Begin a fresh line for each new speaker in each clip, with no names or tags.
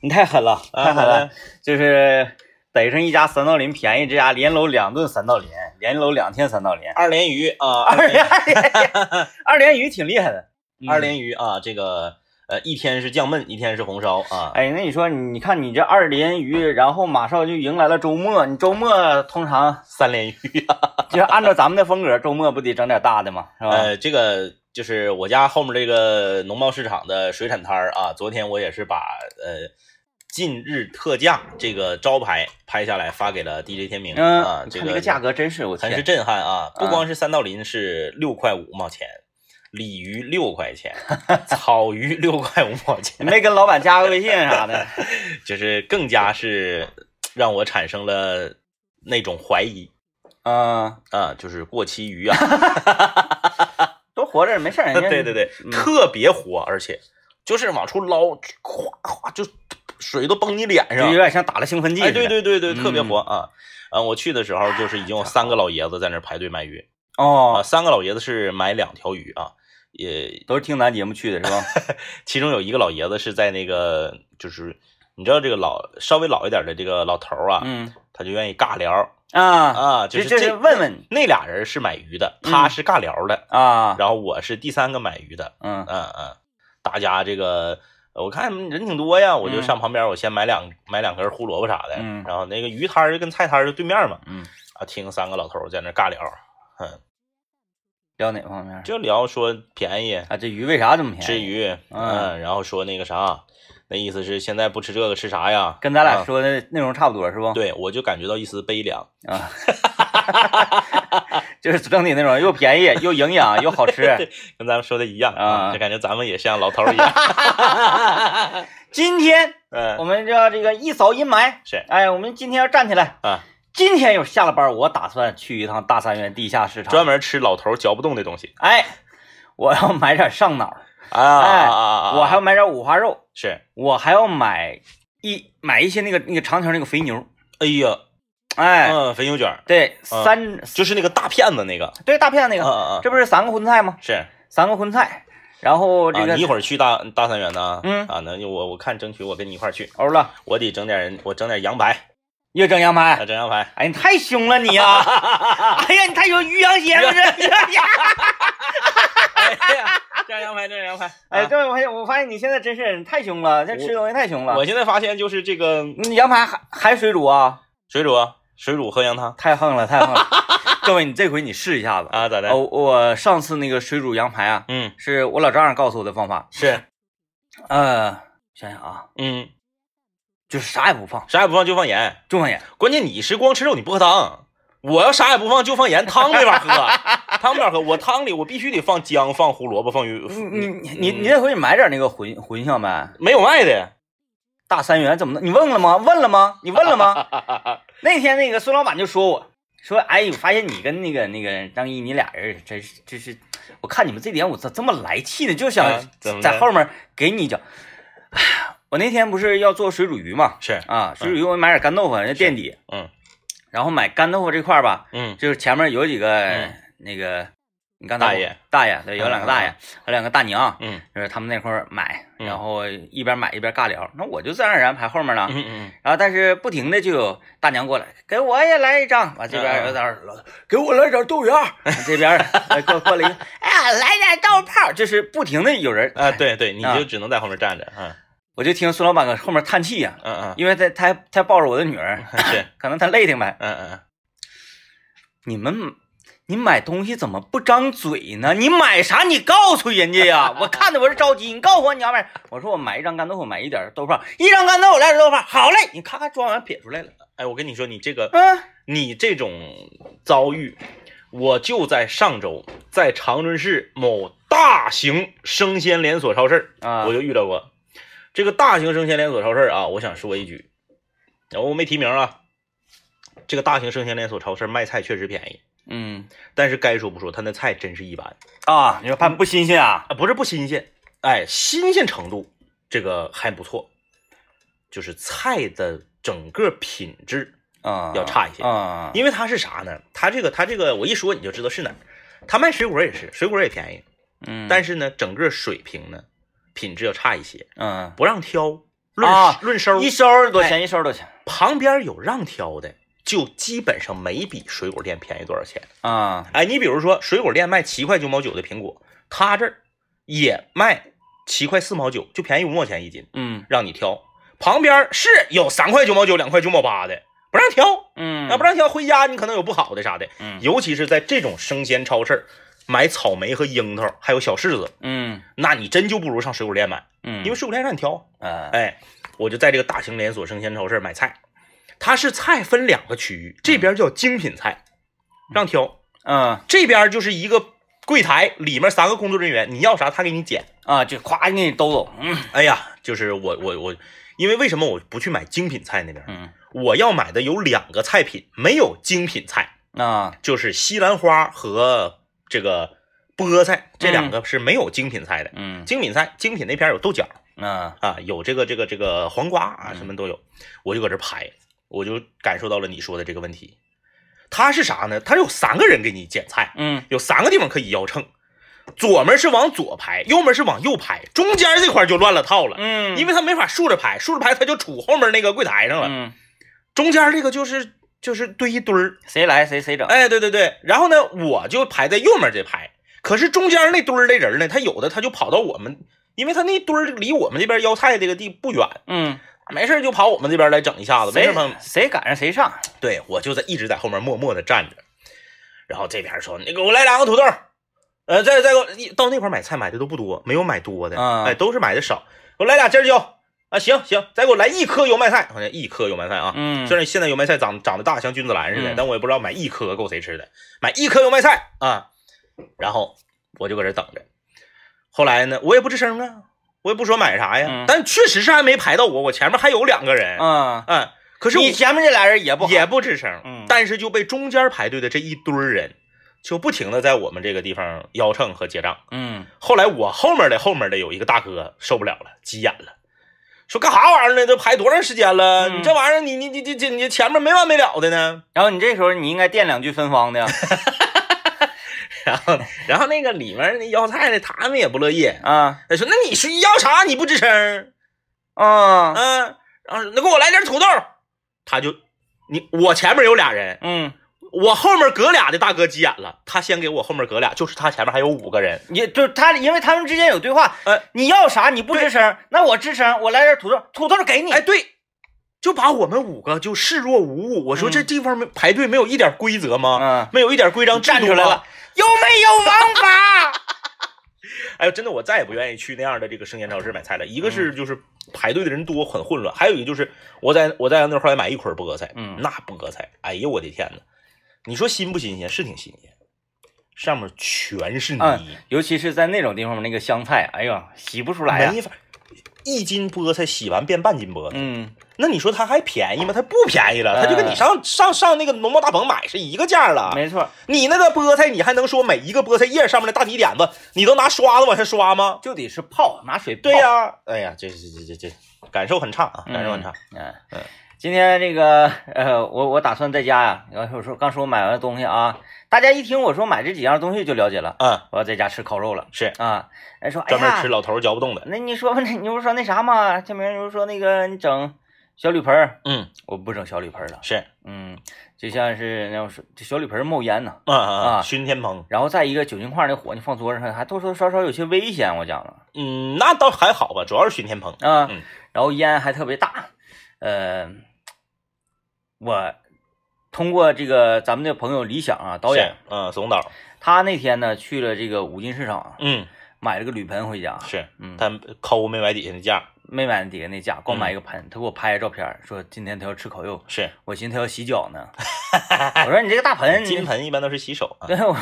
你太狠了，太狠
啊
了，就是逮上一家三道鳞便宜之家，连搂两顿三道鳞，连搂两天三道鳞。
二连鱼啊，
二连二连二连鱼挺厉害的，嗯
二连鱼啊，这个呃，一天是酱焖，一天是红烧啊。
哎，那你说，你看你这二连鱼，然后马上就迎来了周末。你周末通常
三连鱼啊，
就是按照咱们的风格，周末不得整点大的嘛，是吧？
呃，这个就是我家后面这个农贸市场的水产摊儿啊。昨天我也是把呃近日特价这个招牌拍下来发给了 DJ 天明
嗯，
啊，
你
这
看这个价格真是我
很
天，
是震撼啊！不
啊
光是三道鳞是六块五毛钱，鲤鱼六块 钱，草鱼六块五毛钱
你，没跟老板加个微信啥的？
就是更加是
哦
让我产生了那种怀疑
嗯，
啊，就是过期 鱼啊，
都活着没事儿。人家
对对对，
嗯
特别活，而且就是往出捞，咵咵就水都崩你脸
就
上
有，点像打了兴奋剂似的。
哎，对对对对，
啊嗯
特别活啊。啊，我去的时候就是已经有三个老爷子在那儿排队卖鱼啊，
哦，
三个老爷子是买两条鱼啊，也
都是听咱节目去的 是吧？
其中有一个老爷子是在那个，就是你知道这个老稍微老一点的这个老头儿啊，
嗯
他就愿意尬聊
啊，
啊，就
这
是
这是问问
那俩人是买鱼的，
嗯
他是尬聊的，
啊，
然后我是第三个买鱼的，
嗯
嗯嗯，大家这个呃我看人挺多呀，我就
嗯
上旁边，我先买两买两根胡萝卜啥的，
嗯
然后那个鱼摊儿跟菜摊儿就对面嘛，
嗯，
啊，听三个老头儿在那尬聊，嗯，
聊哪方面？
就聊说便宜，
啊，这鱼为啥这么便宜？
吃鱼，嗯，然后说那个啥，那意思是现在不吃这个吃啥呀？
跟咱俩
啊
说的内容差不多是不？
对我就感觉到一丝悲凉。
啊，就是整体那种又便宜又营养又好吃。
跟咱们说的一样
啊
就感觉咱们也像老头儿一样。
今天我
嗯，
们要这个一扫阴霾，
是
哎，我们今天要站起来。
啊，
今天有下了班，我打算去一趟大三元地下市场，
专门吃老头儿嚼不动的东西
哎，我要买点上脑，
啊啊
哎
啊啊！啊
我还要买点五花肉，
是，
我还要买一买一些那个那个长条那个肥牛，
哎呀，
哎，
嗯，肥牛卷儿
对，
嗯
三
就是那个大片子那个，
对大片那
嗯
个，
嗯嗯，
哎这不是三个荤菜吗？
是。
三个荤菜，然后这
啊，
个
你一会儿去大大三元呢？
嗯
啊，那就我我看争取我跟你一块儿去，
欧哦了，
我得整点我整点羊排，
又整羊
啊，
排，
整羊排。
哎，你太凶了你 呀、哎呀，你太有于洋鞋了这，
哎呀，整羊排，整羊排。
哎，
啊，
这我发现我发现你现在真是太凶了，这吃东西太凶了
我。现在发现就是这个
你羊排还还水煮啊？
水煮水煮喝羊汤
太横了，太横 了！各位，你这回你试一下子。
啊，咋的？
哦，我上次那个水煮羊排啊，
嗯，
是我老丈人告诉我的方法。
是，
呃，想想啊，
嗯，
就是啥也不放，
啥也不放就放盐，
就放盐。
关键你是光吃肉你不喝汤，我要啥也不放就放盐，汤没法喝，汤没法喝，我汤里我必须得放姜、放胡萝卜、放鱼，
你你你
嗯
你这回你买点那个茴茴香呗，
没有卖的，
大三元怎么弄？你问了吗？问了吗？你问了吗？ 那天那个孙老板就说我说，哎，我发现你跟那个那个张一，你俩人真是真是，我看你们这点我咋这么来气呢？就想
啊怎么的
在后面给你一脚。哎我那天不是要做水煮鱼嘛，
是，
啊，水煮鱼我买点干豆腐，人家垫底，
嗯
然后买干豆腐这块儿吧，
嗯，
就是前面有几个、
嗯
那个。你刚才
大
我
爷，
大爷，对，有两个大爷，有两个大娘，
嗯
就是他们那块儿买，
嗯
然后一边买一边尬聊，那我就自然而然排后面了，
嗯嗯
然后但是不停的就有大娘过来，给我也来一张。完
嗯
这边有点儿老，给我来点豆芽 儿。这边儿哎过过来一个，哎呀，来点豆泡儿，就是不停的有人
嗯，啊，，对对，你
啊
就只能在后面站着，嗯
我就听孙老板搁后面叹气呀、
嗯
因为他他他抱着我的女儿，
嗯，是，
可能他累挺呗。
嗯嗯，
你们。你买东西怎么不张嘴呢？你买啥你告诉人家呀！我看的我是着急，你告诉我你要买。我说我买一张干豆腐，买一点儿豆泡儿，一张干豆腐来点豆泡儿，好嘞！你咔咔装完撇出来了，
哎，我跟你说，你这个
嗯、
你这种遭遇，我就在上周在长春市某大型生鲜连锁超市儿。
啊，
我就遇到过这个大型生鲜连锁超市啊，我想说一句，然后我没提名啊。这个大型生鲜连锁超市卖菜确实便宜，
嗯。
但是该说不说，他那菜真是一般
啊，你说怕不新鲜啊？
啊，不是不新鲜，哎，新鲜程度这个还不错，就是菜的整个品质，
啊
要差一些
啊，
因为它是啥呢？它这个它这个我一说你就知道是哪儿，它卖水果也是，水果也便宜，
嗯，
但
是
是呢，整个水平呢品质要差一些，
嗯
不让挑，论
啊
论收
一，收儿哎多少钱？一收儿多少钱？
旁边有让挑的，就基本上没比水果店便宜多少钱。
啊，
哎，你比如说水果店卖七块九毛九的苹果，他这儿也卖七块四毛九，就便宜五毛钱一斤，
嗯
让你挑。旁边是有三块九毛九、两块九毛八的，不让挑，
嗯，
那、不让挑回家你可能有不好的啥的。
嗯
尤其是在这种生鲜超市儿买草莓和樱桃，还有小柿子，
嗯
那你真就不如上水果店买，
嗯，
因为水果店让你挑。
呃
哎，我就在这个大型连锁生鲜超市买菜，它是菜分两个区域，这边叫精品菜，让挑，
嗯
这边就是一个柜台，里面三个工作人员，你要啥他给你捡。
啊，就夸给你兜走，嗯
哎呀，就是我我我，因为为什么我不去买精品菜那边？
嗯
我要买的有两个菜品，没有精品菜，
啊
就是西兰花和这个菠菜这两个是没有精品菜的。
嗯
精品菜，精品那边有豆角，
啊
啊，有这个这个这个黄瓜啊，
嗯
什么都有，我就搁这排，我就感受到了你说的这个问题。它是啥呢？它有三个人给你捡菜，
嗯
有三个地方可以腰秤，左门是往左排，右门是往右排，中间这块就乱了套了，
嗯，为
因为它没法竖着排，竖着排它就杵后面那个柜台上了，
嗯，
中间这个就是就是堆一堆儿，
谁来谁谁整，
哎，对对对，然后呢，我就排在右面这排，可是中间那堆儿的人呢，他有的他就跑到我们，因为他那堆儿离我们这边腰菜这个地不远，
嗯，
没事儿就跑我们这边来整一下子，没
谁
什么。
谁赶上谁上，
对我就在一直在后面默默的站着，然后这边说：“你给我来两个土豆儿，呃，再再给我一到那块儿买菜买的都不多，没有买多的，
啊
哎，都是买的少。给我来俩尖椒啊，行行，再给我来一颗油麦菜，好像一颗油麦菜啊。
嗯，
虽然现在油麦菜长长得大，像君子兰似的，
嗯
但我也不知道买一颗够谁吃的，买一颗油麦菜啊。然后我就搁这等着。后来呢，我也不吱声啊，我也不说买啥呀，
嗯
但确实是还没排到我，我前面还有两个人，
啊，
嗯，可是我
你前面这俩人也不好
也不吱声，
嗯
但是就被中间排队的这一堆儿人就不停的在我们这个地方腰秤和结账。
嗯
后来我后面的后面的有一个大哥受不了了，急眼了，说干啥玩意儿呢？这排多长时间了？
嗯
你这玩意儿你你你你你你前面没完没了的呢。
然后你这时候你应该垫两句芬芳的，
然后然后那个里面那腰菜的他们也不乐意，
啊
他说那你是要啥你不吱声？
啊
嗯、然后说那给我来点土豆。他就你我前面有俩人，
嗯，
我后面隔俩的大哥急眼了，他先给我后面隔俩，就是他前面还有五个人。
也就是他，因为他们之间有对话，
呃，
你要啥你不吱声，那我吱声，我来点土豆，土豆给你，
哎，对，就把我们五个就视若无物。我说
嗯
这地方没排队没有一点规则吗？
嗯，
没有一点规章制
站
度
出来
吗
了。，有没有王法？
哎呦，真的，我再也不愿意去那样的这个生鲜超市买菜了。
嗯
一个是就是排队的人多，很混乱；还有一个就是我在我在那儿后来买一捆菠菜，
嗯
那菠菜，哎呀，我的天呐，你说新不新鲜？是挺新鲜，上面全是泥，
嗯尤其是在那种地方，那个香菜，哎呦，洗不出来呀、
没法。一斤菠菜洗完变半斤菠菜，
嗯，
那你说它还便宜吗？它不便宜了，它就跟
嗯
你上上上那个农贸大棚买是一个价了。
没错，
你那个菠菜，你还能说每一个菠菜叶上面的大泥点子，你都拿刷子往下刷吗？
就得是泡，拿水泡。
对、呀、哎呀，这这这这这感受很差啊，
哦嗯
感受很差。
嗯
嗯
今天这个呃，我我打算在家呀、然后我说刚说我买完东西啊，大家一听我说买这几样东西就了解了，
嗯，
我要在家吃烤肉了
是
啊。人说哎
专门吃
呀，
老头儿嚼不动的。
那你说吧，那你不说那啥嘛？天明，你不说那个你整小铝盆儿，
嗯，
我不整小铝盆儿了，
是，
嗯，就像是那种是这小铝盆儿冒烟呢。
啊
啊
啊，熏天蓬。
然后再一个酒精块儿那火，你放桌子上还多多少少有些危险，我讲了。
嗯，那倒还好吧，主要是熏天蓬。
啊，
嗯
然后烟还特别大，呃，我通过这个咱们的朋友李想啊，导演，
是，嗯，怂导，
他那天呢去了这个五金市场，
嗯，
买了个铝盆回家，
是
嗯，
他抠没买底下那价，
没买底下那架，光
嗯
买一个盆，他给我拍照片，说今天他要吃烤肉，
是
我寻思他要洗脚 呢，我说你这个大盆，
金
你，
盆一般都是洗手啊。
嗯对我，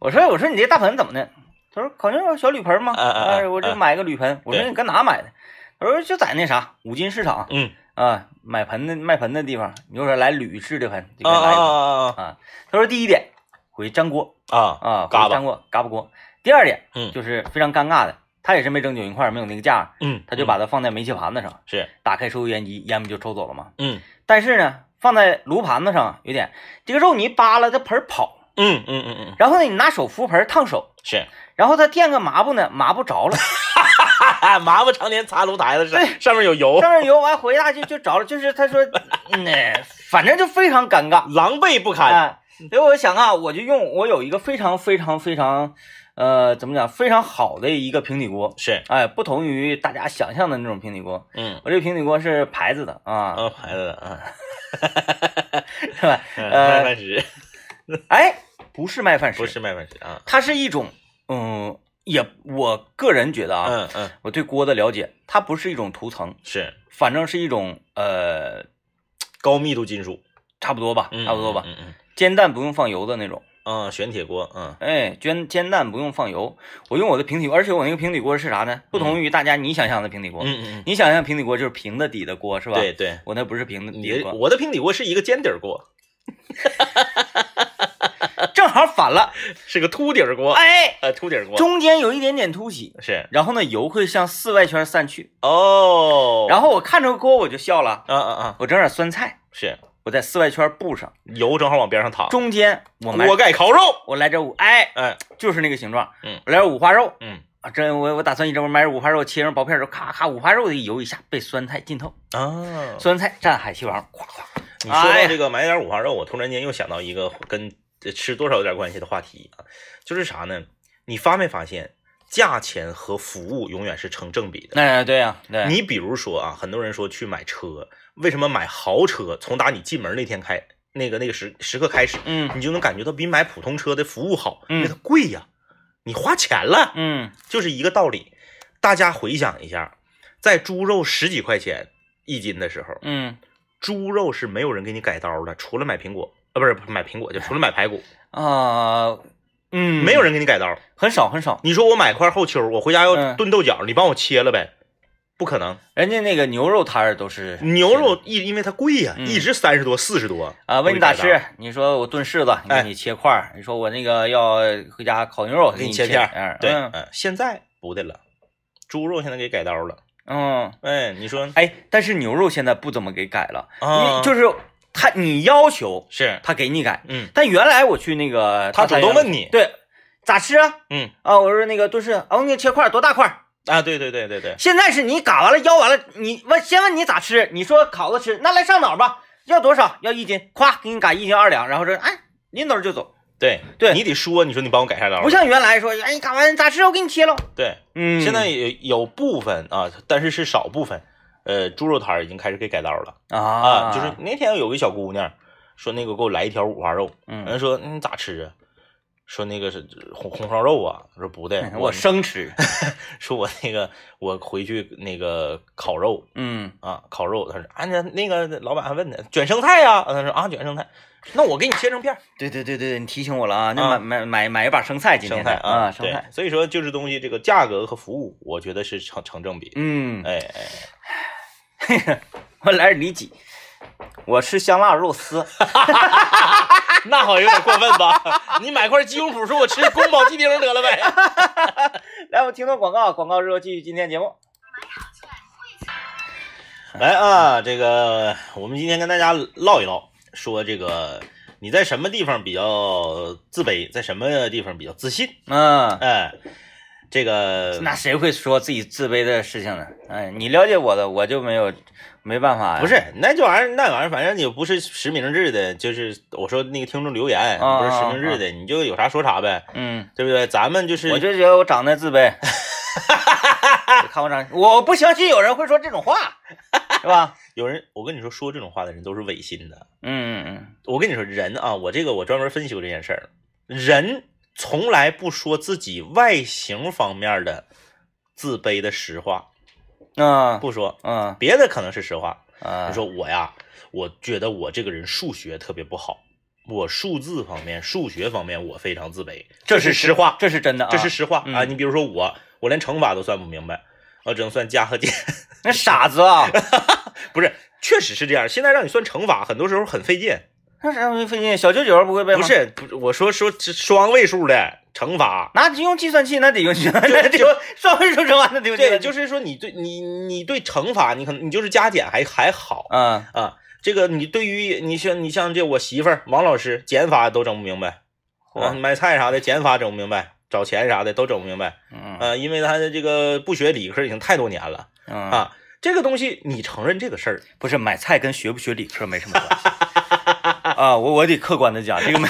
我说我说你这大盆怎么的？他说烤肉小铝盆吗？
啊啊啊
哎我这
啊
买个铝盆，我说
对
你搁哪买的？他说就在那啥五金市场，
嗯，
啊，买盆的卖盆的地方，你就说来铝制的盆，就
啊
给你来一盆。
啊啊
他说第一点，回粘锅
啊啊！
啊，回
嘎巴
粘锅嘎巴锅。第二点，
嗯
就是非常尴尬的，他也是没整酒精块，没有那个架，
嗯，
他就把它放在煤气盘子上，
是，
打开抽油烟机，烟不就抽走了吗？
嗯
但是呢，放在炉盘子上有点这个肉泥扒拉，它盆儿跑，
嗯嗯嗯嗯，
然后呢，你拿手扶盆儿烫手，
是。
然后他垫个抹布呢，抹布着了，
麻不常年擦炉台子上，哎上面有油，
上面游完回来就就着了，就是他说，嗯，哎反正就非常尴尬。
狼狈不堪。
哎，所以我想啊，我就用我有一个非常非常非常，呃，怎么讲，非常好的一个平底锅，
是，
哎，不同于大家想象的那种平底锅。
嗯，
我这个平底锅是牌子的啊，
啊，孩子，啊，
是吧？
嗯
呃
麦饭石
哎，不是麦饭石，
不是麦饭石啊，
它是一种，嗯，也我个人觉得啊，
嗯嗯，
我对锅的了解，它不是一种涂层，
是
反正是一种呃，
高密度金属，
差不多吧，
嗯
差不多吧，
嗯嗯，
煎蛋不用放油的那种，
嗯啊，玄铁锅，嗯
哎，煎煎蛋不用放油，我用我的平底锅，而且我那个平底锅是啥呢？不同于大家你想象的平底锅，
嗯 嗯
你想象平底锅就是平的底的锅是
嗯，
吧？
对，对，
我那不是平的
你
底的
的
锅，
我的平底锅是一个尖底儿锅，
啊正好反了，
是个凸底儿锅，
哎，
呃，凸底儿锅
中间有一点点凸起，
是
然后呢油会向四外圈散去，
哦，
然
后
后我看着锅我就笑了，
啊啊啊，
我整点酸菜。
是
我在四外圈布上，
油正好往边上淌，
中间我买
哦锅盖烤肉，
我来点五，哎，
哎
就是那个形状，
嗯
我来点五花肉
嗯
啊，这我我打算一整，我买点五花肉，切成薄片儿之后，咔咔，五花肉的油一下被酸菜浸透，
啊，
酸菜蘸海西王，咵咵，
你说
哎
到
呀
这个买点五花肉，我突然间又想到一个跟这吃多少有点关系的话题啊，就是啥呢？你发没发现，价钱和服务永远是成正比的？
哎，对呀、对，
你比如说啊，很多人说去买车，为什么买豪车，从打你进门那天开，那个那个时时刻开始，
嗯
你就能感觉到比买普通车的服务好，
嗯
因为它贵呀、你花钱了，
嗯
就是一个道理。大家回想一下，在猪肉十几块钱一斤的时候，
嗯
猪肉是没有人给你改刀的，除了买苹果，呃，不是不是买苹果，就 除了买排骨，
啊，嗯，
没有人给你改刀。
很少很少，
你说我买块后丘，我回家要
嗯哎
炖豆角，你帮我切了呗？不可能，
人家那个牛肉摊儿都是
牛肉一因为它贵呀、
嗯
一直三十多、四十多
啊，问你咋？
不给
吃
改刀，
你说我炖柿子，
哎
你给你切块儿，你说我那个要回家烤牛肉，
给
你
你切
片
片
儿
对，
嗯
嗯，现在不对了，猪肉现在给改刀了。
嗯，
哎，你说
哎，但是牛肉现在不怎么给改了。因
啊，
为就是他你要求
是，
他给你改，
嗯
但原来我去那个
他
大餐
主动
园
问你
对咋吃啊？
嗯
啊，我说那个炖是啊，我给你切块儿多大块儿？
啊，对对对对对，
现在是你嘎完了腰完了，你问先问你咋吃，你说烤着吃，那来上脑吧，要多少？要一斤，咵给你嘎一斤二两，然后说哎拎兜就走，
对
对
你得说，你说你帮我改下刀，
不像原来说哎你嘎完咋吃我给你切喽，
对，
嗯
现在有有部分啊，但是是少部分，呃，猪肉摊儿已经开始给改刀了
啊
就是那天有个小姑娘说那个给我来一条五花肉，人
嗯。
家说你咋吃啊？说那个是红红烧肉啊，我说不 对，
我生吃，
说我那个我回去那个烤肉
嗯，
啊，烤肉，他说啊那那个老板还问他卷生菜呀、啊，他说啊卷生菜，那我给你切成片儿，
对对对对，你提醒我了啊，
啊
那买买买买一把生菜，今
生
天
菜
啊，生
对
菜，，
所以说就是东西这个价格和服务，我觉得是成成正比，
嗯，
哎哎，
我来点里脊，我吃香辣肉丝，
那好像有点过分吧？ 你买块鸡胸脯说我吃宫保鸡丁得了呗？
来，我们听段广告，广告之后继续今天节目。
来啊，这个我们今天跟大家唠一唠，说这个你在什么地方比较自卑，在什么地方比较自信？
嗯，
哎，这个
那谁会说自己自卑的事情呢？哎，你了解我的，我就没有，没办法呀。
不是那这玩意儿，那玩意儿反正你不是实名制的，就是我说那个听众留言
啊
不是实名制的，你就有啥说啥呗，
嗯，
对不对？咱们就是
我就觉得我长得自 卑。看我长，我不相信有人会说这种话，是吧？
有人，我跟你说说这种话的人都是违心的。
嗯嗯
我跟你说，人啊，我这个我专门分析过这件事儿，人从来不说自己外形方面的自卑的实话，
嗯，啊
不说
嗯
别的可能是实话。
啊，
你说我呀，我觉得我这个人数学特别不好，我数字方面、数学方面我非常自卑，
这
是
是
实话，
这是真的啊，
这是实话
嗯
啊。你比如说我，我连乘法都算不明白，我只能算加和减，
那傻子啊，
不是，确实是这样。现在让你算乘法，很多时候很费劲。
那啥没费劲，小九九不会背吗？
不，是，不是，我说说是双位数的乘法，
那就用计算器，那得用计算，那得用双位数乘法，那得用计
对，
算器。
就是说你对你你对乘法，你可能你就是加减还还好
嗯
啊。这个你对于你像你像这我媳妇儿王老师减法都整不明白，
嚯
啊，买菜啥的减法整不明白，找钱啥的都整不明白。
嗯
呃，因为他的这个不学理科已经太多年了
嗯
啊。这个东西你承认这个事儿，
不是买菜跟学不学理科没什么关 系啊，我我得客观的讲，这个没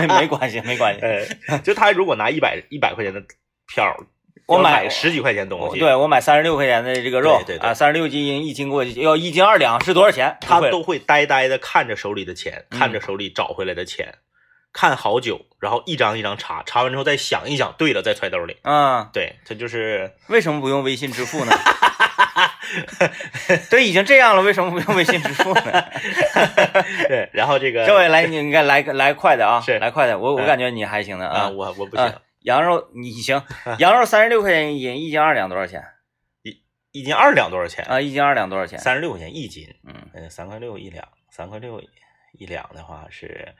没没关系，没关系。
呃，就他如果拿一百一百块钱的票，
哎我
要
买
买十几块钱东
我
西，
对我买三十六块钱的这个肉，
对对对
啊，三十六斤一斤给我要一斤二两是多少钱？
他
不会了
都会呆呆的看着手里的钱，
嗯
看着手里找回来的钱，看好久，然后一张一张查，查完之后再想一想，对了再揣兜里。
啊，
对他就是
为什么不用微信支付呢？ 对，已经这样了，为什么不用微信支付 呢？
对，然后这个
这位来，你应该来个来快的啊，
是
来快的，我我
嗯
感觉你还行的
啊，
啊，
我我不
啊
行，
羊肉你 行，羊肉三十六块钱一斤，一斤二两多少钱？
一斤二两多少钱？
啊，一斤二两多少钱？
三十六块钱一斤，
嗯，
嗯，三块六一两，三块六一两的话是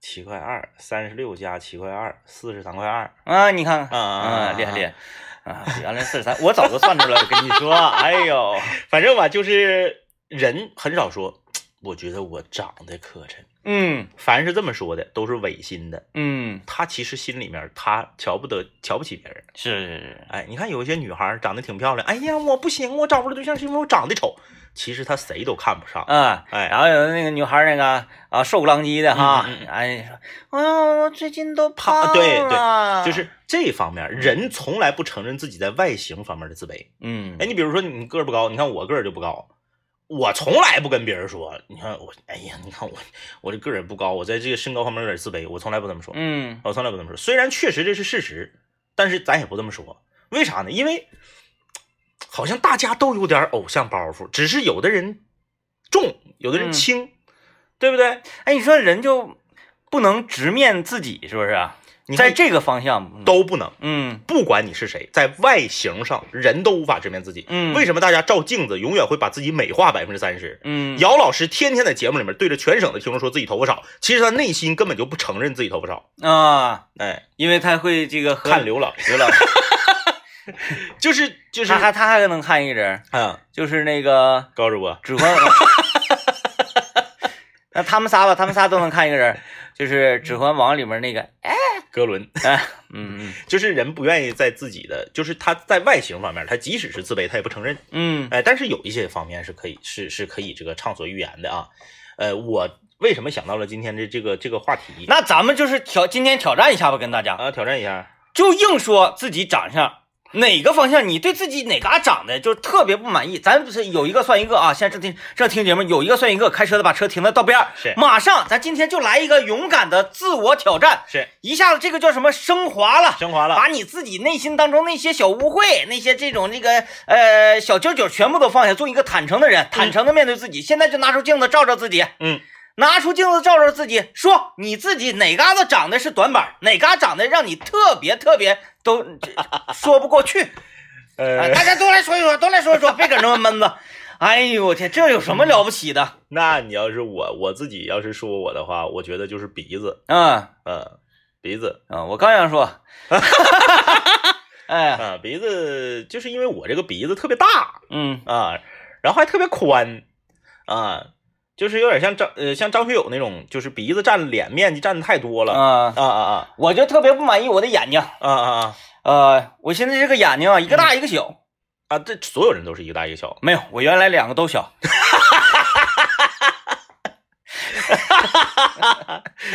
七块二，三十六加七块二，四十三块二。
啊，你看看，
啊啊啊
啊，厉害厉害。啊，原来四十三，我早就算出来了。我跟你 说，哎呦，
反正吧，就是人很少说，我觉得我长得磕碜。
嗯
凡是这么说的，都是违心的。
嗯，
他其实心里面他瞧不得、瞧不起别人。
是，
哎，你看有一些女孩儿长得挺漂亮，哎呀，我不行，我找不着对象是因为我长得丑。其实她谁都看不上。
啊，
哎，
然后有那个女孩儿那个啊，瘦不啷叽的哈
嗯嗯嗯，
哎，说，哎呀，我最近都胖了，
对对就是这方面，人从来不承认自己在外形方面的自卑。
嗯
哎，，你比如说你个儿不高，你看我个儿就不高，我从来不跟别人说，你看我，哎呀，你看我，我这个儿也不高，我在这个身高方面有点自卑，我从来不这么说，
嗯
我从来不这么说。虽然确实这是事实，但是咱也不这么说，为啥呢？因为好像大家都有点偶像包袱，只是有的人重，有的人
嗯
轻，对不对？
哎，你说人就不能直面自己，是不是？
你
在
看
这个方向，
都不能。
嗯
不管你是谁，在外形上人都无法直面自己。
嗯
为什么大家照镜子永远会把自己美化百分之三十？
嗯，
姚老师天天在节目里面对着全省的听众说自己头发少，其实他内心根本就不承认自己头发少。
啊，
哎，
因为他会这个和
看刘老师，
刘老师，
就是就是
他，还他还能看一个人，
嗯，
就是那个
高主播，
指环王。 那他们仨吧，他们仨都能看一个人，就是《指环王》里面那个，
哥伦，
嗯
就是人不愿意在自己的，就是他在外形方面，他即使是自卑，他也不承认。
嗯
哎，但是有一些方面是可以是是可以这个畅所欲言的啊。呃，我为什么想到了今天的这个这个话题？
那咱们就是挑今天挑战一下吧，跟大家
啊，挑战一下。
就硬说自己长相哪个方向，你对自己哪嘎长得就特别不满意，咱不是有一个算一个啊！现在正听正听节目，有一个算一个，开车的把车停在道边儿
是
马上咱今天就来一个勇敢的自我挑战，
是
一下子这个叫什么升华了。
升华了，
把你自己内心当中那些小污秽、那些这种这个呃小九九全部都放下，做一个坦诚的人，坦诚的面对自己。现在就拿出镜子照照自己，
嗯，
拿出镜子照照自己，说你自己哪嘎子长得是短板，哪嘎长得让你特别特别都说不过 去。哎
呃，
大家都来说一说，都来说一说，别搁这么闷 着。哎呦我天，这有什么了不起的？
那你要是我我自己要是说我的话，我觉得就是鼻子，
嗯
嗯、鼻子，
嗯，我刚想 说，哎呀，
啊、鼻子，就是因为我这个鼻子特别大
嗯
啊、然后还特别宽啊、就是有点像张呃像张学友那种，就是鼻子占脸面积占的太多了
啊，
啊啊
我就特别不满意我的眼睛。
啊啊啊
呃，我现在这个眼睛啊，一个大一个小，
啊！这所有人都是一个大一个小，
没有，我原来两个都小。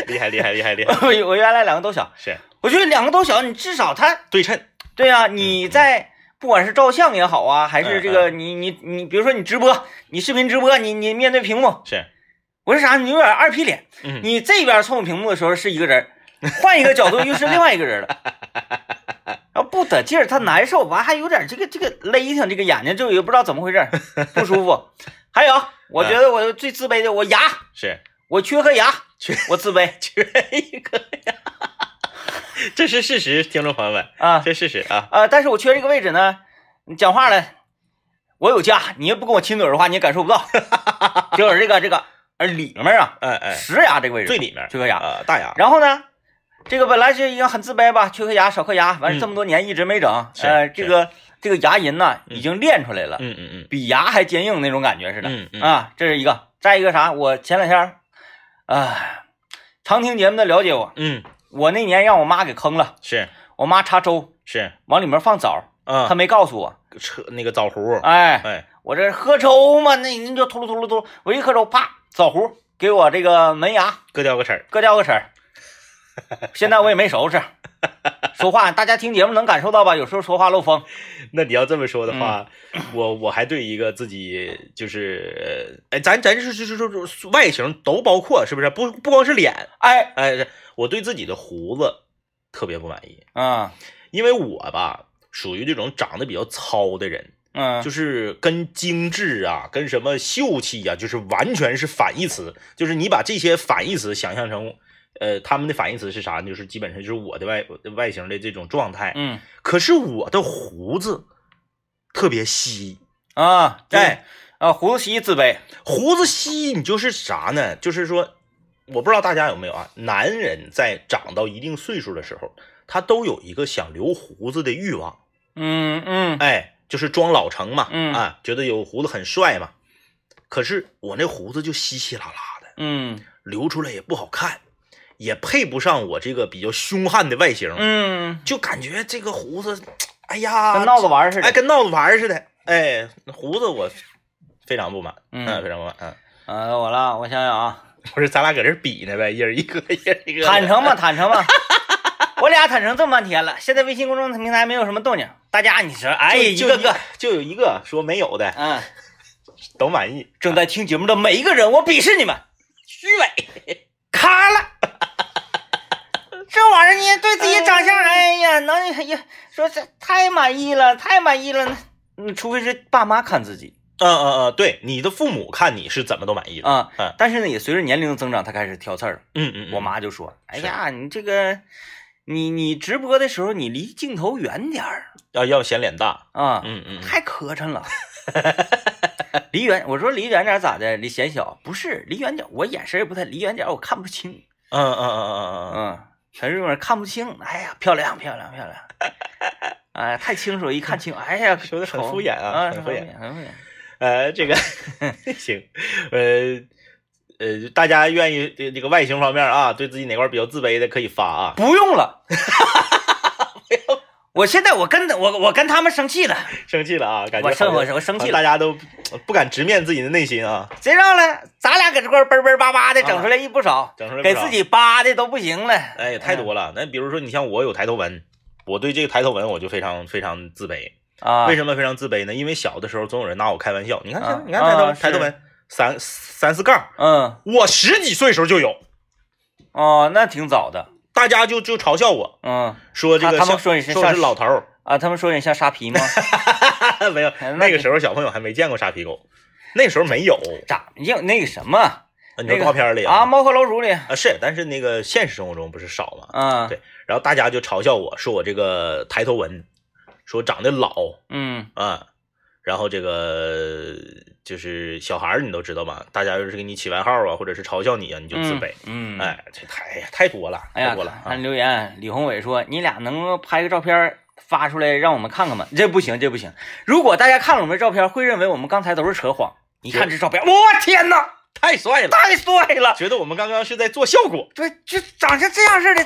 厉害厉害厉害厉害，
我我原来两个都小，
是
我觉得两个都小，你至少它
对称，
对啊，你在不管是照相也好啊，还是这个你你你，比如说你直播，你视频直播，你你面对屏幕，
是，
我是啥？你有点二皮脸，
嗯，
你这边冲屏幕的时候是一个人儿，换一个角度又是另外一个人了。然后不得劲儿，他难受，完还有点这个这个勒挺，这个眼睛就也不知道怎么回事儿，不舒服。还有，我觉得我最自卑的，我牙
是
我缺颗牙，
缺
我自卑
缺一个呀，这是事实，听众朋友们，
啊
这是事实啊，
呃，但是我缺这个位置呢，你讲话了，我有家，你要不跟我亲嘴的话，你也感受不 到。就是这个这个呃里面啊，
嗯嗯，
实牙这个位置
最里面
缺颗牙，
啊大牙，
然后呢，这个本来是一个很自卑吧，缺颗牙少颗牙，完
嗯
了这么多年一直没整，
是
呃，
是
这个这个牙龈呢已经练出来了，
嗯嗯嗯。
比牙还坚硬那种感觉似的。
嗯嗯
啊，这是一个，再一个啥？我前两天儿， 啊，常听节目的了解我，
嗯，
我那年让我妈给坑了。
是
我妈查粥
是，
往里面放枣，她
嗯，
没告诉我，
车那个枣核，
哎，
哎，
我这喝粥嘛，那人就秃噜秃噜秃噜，我一喝粥，啪，枣核给我这个门牙
割掉个齿儿，
割掉个齿儿。现在我也没收拾，说话大家听节目能感受到吧？有时候说话漏风，
那你要这么说的话，我我还对一个自己就是，呃哎，咱咱是是是是是外形都包括，是不是？不不光是脸，
哎，
哎，是我对自己的胡子特别不满意，
嗯
因为我吧属于这种长得比较糙的人，
嗯，
就是跟精致啊，跟什么秀气啊，就是完全是反义词。就是你把这些反义词想象成，呃，他们的反义词是啥？就是基本上就是我的外外形的这种状态。
嗯
可是我的胡子特别稀，
啊，
对
对，啊，胡子西自卑，
胡子稀，你就是啥呢？就是说，我不知道大家有没有啊？男人在长到一定岁数的时候，他都有一个想留胡子的欲望，
嗯嗯
哎，就是装老成嘛，
嗯
啊，觉得有胡子很帅嘛。可是我那胡子就稀稀拉拉的，
嗯
留出来也不好看，也配不上我这个比较凶悍的外形，
嗯，
就感觉这个胡子，哎呀，
跟闹着玩儿似的。
哎，跟闹着玩儿似的。哎，胡子我非常不满，
嗯
非常不满。嗯，
啊，到我了，我想想啊，
不是，咱俩搁这儿比呢呗，一人一个， 一人一个。
坦诚吧，坦诚吧。我俩坦诚这么半天了，现在微信公众平台没有什么动静，大家你说，哎，
就
一个个，
就有一个说没有的
嗯，
都满意。
正在听节目的每一个人，我鄙视你们，虚伪，卡了。这玩意儿你对自己长相，哎呀，能哎呀，说这太满意了，太满意了。嗯，除非是爸妈看自己
嗯嗯嗯，对，你的父母看你是怎么都满意的。
啊、
嗯
但是呢，也随着年龄的增长，他开始挑刺儿了。
嗯嗯，嗯
我妈就说：“哎呀，你这个，你你直播的时候，你离镜头远点儿
要要显脸大。
啊，
嗯嗯，嗯
太磕碜 了。离远，我说离远点儿咋的？离显小？不是，离远点儿，我眼神也不太，离远点儿我看不清。
嗯嗯嗯嗯嗯嗯，
嗯，陈瑞文看不清。哎呀，漂亮，漂亮，漂 亮。哎，太清楚了，一看 清。哎呀，
说得很敷衍啊
啊，
很敷衍，
很敷衍。
呃，这个 行，呃。呃，大家愿意这这个外形方面啊，对自己哪块儿比较自卑的可以发啊。
不用 了，我现在我跟我我跟他们生气了，
生气了啊，感觉
我生
好
我
像
我生
好
气
像
了
大。家都不敢直面自己的内心啊，
谁让了？咱俩搁这块儿嘣嘣叭叭的，整出来一不少，
啊整出来不
给
少
自己扒的都不行了。
哎呀，太
嗯
多了。那比如说，你像我有抬头纹，我对这个抬头纹我就非常非常自卑。
啊！
为
么？
什么非常自卑呢？因为小的时候总有人拿我开玩笑。你看
啊
现在，你看抬头
啊
纹，
是
抬头纹三三四杠，
嗯，
我十几岁时候就有，
哦，那挺早的。
大家就就嘲笑我
嗯
说这
他
个
他们
像
说
说
你是
我
像
是老头儿，
啊，他们说你像沙 皮吗？
没有
哎那
那个
你
时候小朋友还没见过沙皮狗，那时候没有。
长硬那个什么
啊你
那
说
个
动画片里
啊，猫和老鼠里。
啊是，但是那个现实生活中不是少吗？
啊，
对然后大家就嘲笑我说我这个抬头纹，说长得老
嗯
啊，然后这个就是小孩儿你都知道吧，大家要是给你起外号啊，或者是嘲笑你啊，你就自卑。
嗯，嗯，
哎，这太太多了，
哎
太
呀
多了，啊
看！留言，李宏伟说：“你俩能够拍个照片发出来让我们看看吗？”这不行，这不行。如果大家看了我们的照片，会认为我们刚才都是扯谎。一看这照片，我天哪，
太帅了，
太帅了！
觉得我们刚刚是在做效果。
对，就长成这样似的，